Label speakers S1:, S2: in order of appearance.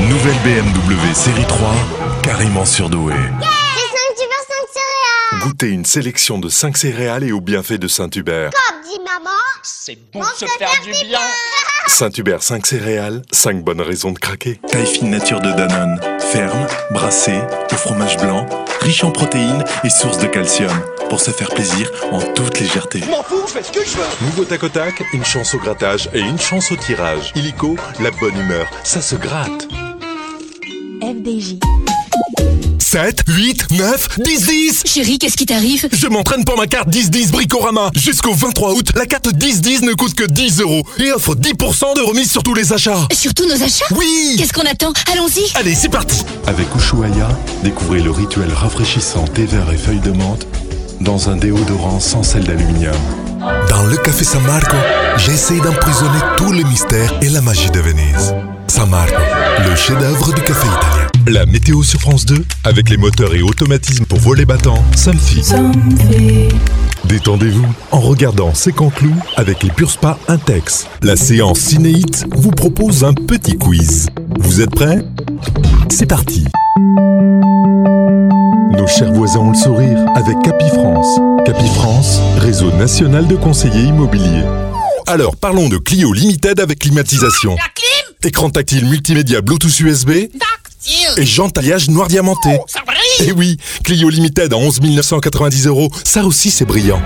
S1: Nouvelle BMW série 3, carrément surdouée.
S2: Les 5 tubeurs, 5 céréales
S1: Goûtez une sélection de 5 céréales et aux bienfaits de Saint-Hubert.
S2: Comme dit maman
S3: C'est bon de se faire du bien
S1: Saint-Hubert 5 céréales, 5 bonnes raisons de craquer. Taille fine nature de Danone. Ferme, brassée, au fromage blanc, riche en protéines et source de calcium. Pour se faire plaisir en toute légèreté.
S3: Je m'en fous, je fais ce que je veux
S1: Nouveau tac au tac, une chance au grattage et une chance au tirage. Illico, la bonne humeur, ça se gratte.
S4: FDJ.
S1: 7, 8, 9, 10, 10
S4: Chérie, qu'est-ce qui t'arrive
S1: Je m'entraîne pour ma carte 10-10 Bricorama. Jusqu'au 23 août, la carte 10-10 ne coûte que 10 euros et offre 10% de remise sur tous les achats.
S4: Surtout nos achats
S1: Oui
S4: Qu'est-ce qu'on attend Allons-y
S1: Allez, c'est parti
S5: Avec Ushuaïa, découvrez le rituel rafraîchissant thé vert et feuilles de menthe dans un déodorant sans sel d'aluminium.
S1: Dans le café San Marco, j'essaie d'emprisonner tous les mystères et la magie de Venise. San Marco, le chef-d'œuvre du café italien. La météo sur France 2, avec les moteurs et automatismes pour voler battant, Somfy. Détendez-vous en regardant C'est Conclou avec les Pure Spa Intex. La séance Cinéite vous propose un petit quiz. Vous êtes prêts C'est parti Nos chers voisins ont le sourire avec Capi France. Capi France, réseau national de conseillers immobiliers. Alors parlons de Clio Limited avec climatisation.
S6: La clim
S1: Écran tactile multimédia Bluetooth USB
S6: tactile Oh,
S1: et jantillage noir diamanté. Eh
S6: Ça brille
S1: Et oui, Clio Limited à 11 990 euros, ça aussi c'est brillant.